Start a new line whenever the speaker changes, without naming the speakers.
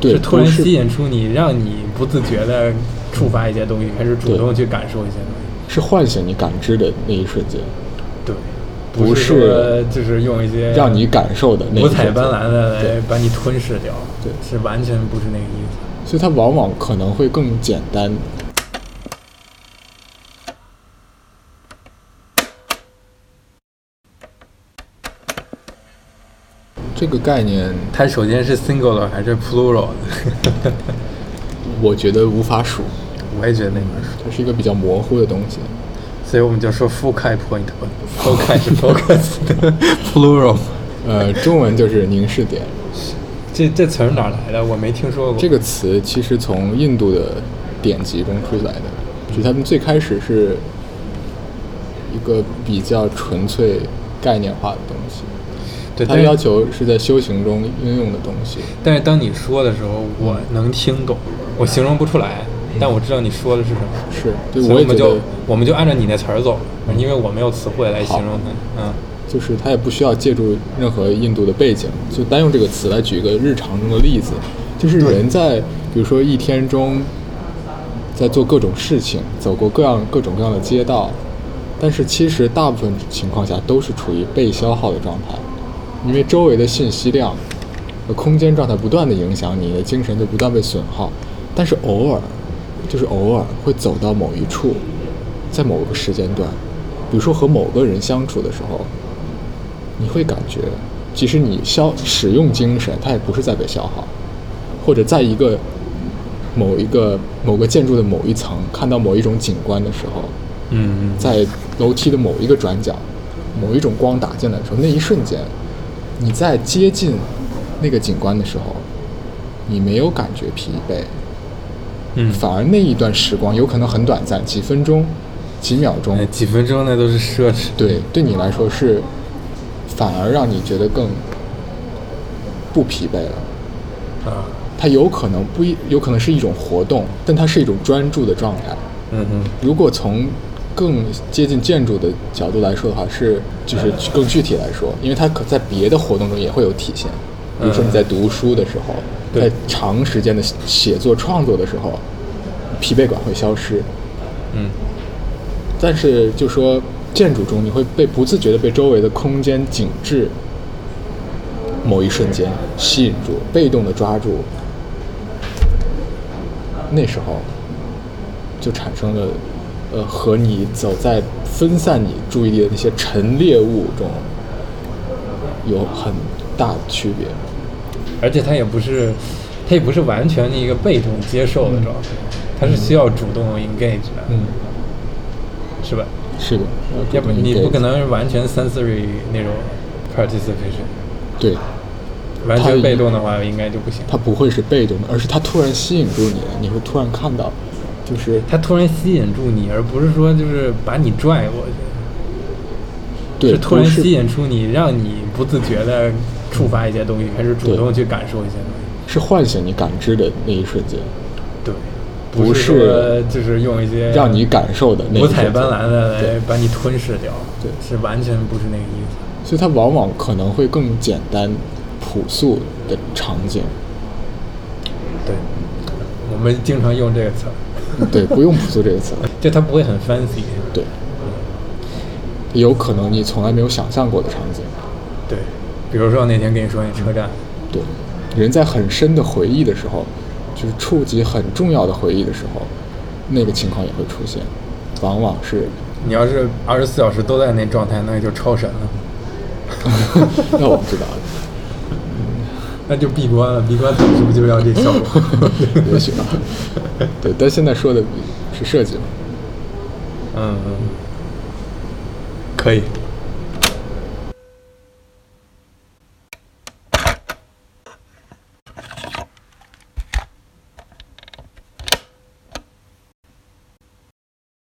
对
是突然
不是
吸引出你，让你不自觉的触发一些东西，
嗯
开始主动去感受一些东
是唤醒你感知的那一瞬间，
西。对，
不
不
是
说就是用一些
让你感受的那一
五
瞬间
彩斑斓的来
对
把你吞噬掉，
对
是完全不是那个意思。
所以它往往可能会更简单。这个概念，
它首先是 singular 还是 plural？
我觉得无法数，
我也觉得那本书，
它是一个比较模糊的东西。
所以我们就说 full eye point 吧，full eye 是 focus 的 plural。
呃，中文就是凝视点。
这这词儿哪儿来的？我没听说过。
这个词其实从印度的典籍中出来的，就是他们最开始是一个比较纯粹概念化的东西，
对，
他们
但是
要求是在修行中应用的东西。
但是当你说的时候，我
嗯
能听懂，我形容不出来，但我知道你说的是什么。
是，对，
所
我
以
也
我
觉
们就
得，嗯
我们就按照你那词儿走，因为我没有词汇来形容它。嗯，
就是他也不需要借助任何印度的背景，就单用这个词来举一个日常中的例子，就是人在比如说一天中，在做各种事情，走过各样各种各样的街道，但是其实大部分情况下都是处于被消耗的状态，因为周围的信息量和空间状态不断的影响你的精神，就不断被损耗。但是偶尔，就是偶尔会走到某一处，在某个时间段，比如说和某个人相处的时候，你会感觉，即使你消使用精神，它也不是在被消耗，或者在一个某一个某个建筑的某一层看到某一种景观的时候，
嗯嗯，
在楼梯的某一个转角，某一种光打进来的时候，那一瞬间，你在接近那个景观的时候，你没有感觉疲惫，
嗯，
反而那一段时光有可能很短暂，几分钟、几秒钟
哎，几分钟那都是奢侈。
对，对你来说是反而让你觉得更不疲惫了。
啊，
它有可能不一，有可能是一种活动，但它是一种专注的状态。
嗯嗯，
如果从更接近建筑的角度来说的话，是就是
嗯
更具体来说，因为它可在别的活动中也会有体现，比如说你在读书的时候，
嗯对
在长时间的写作创作的时候，疲惫感会消失。
嗯，
但是就说建筑中，你会被不自觉的被周围的空间景致某一瞬间吸引住，被动的抓住，那时候就产生了呃和你走在分散你注意力的那些陈列物中有很大的区别。
而且它也不是，它也不是完全的一个被动接受的状态，
嗯
它是需要主动 engage 的，，是吧？
是的，
要不你不可能是完全 sensory 那种 participation，
对
完
它
全
一
被动的话应该就不行。
它不会是被动的，而是它突然吸引住你了，你会突然看到，就是
它突然吸引住你，而不是说就是把你拽过去，
对，
是突然
不是
吸引出你，让你不自觉的触发一些东西，
嗯
开始主动去感受一些东
是唤醒你感知的那一瞬间，
西。对，
不
是说就是用一些
让你感受的那一
五
瞬间
彩斑斓的来
对
把你吞噬掉，
对
是完全不是那个意思。
所以它往往可能会更简单、朴素的场景，
对，我们经常用这个词儿，
对，不用朴素这个词，
就它不会很 fancy。
对，有可能你从来没有想象过的场景，
对，比如说那天跟你说那车站，
对，人在很深的回忆的时候，就是触及很重要的回忆的时候，那个情况也会出现，往往是，
你要是二十四小时都在那状态，那就超神了，
那哦我不知道，
那就闭关了。闭关是不是就要这效 果？
也许吧，对，但现在说的是设计嘛。
嗯嗯，可以。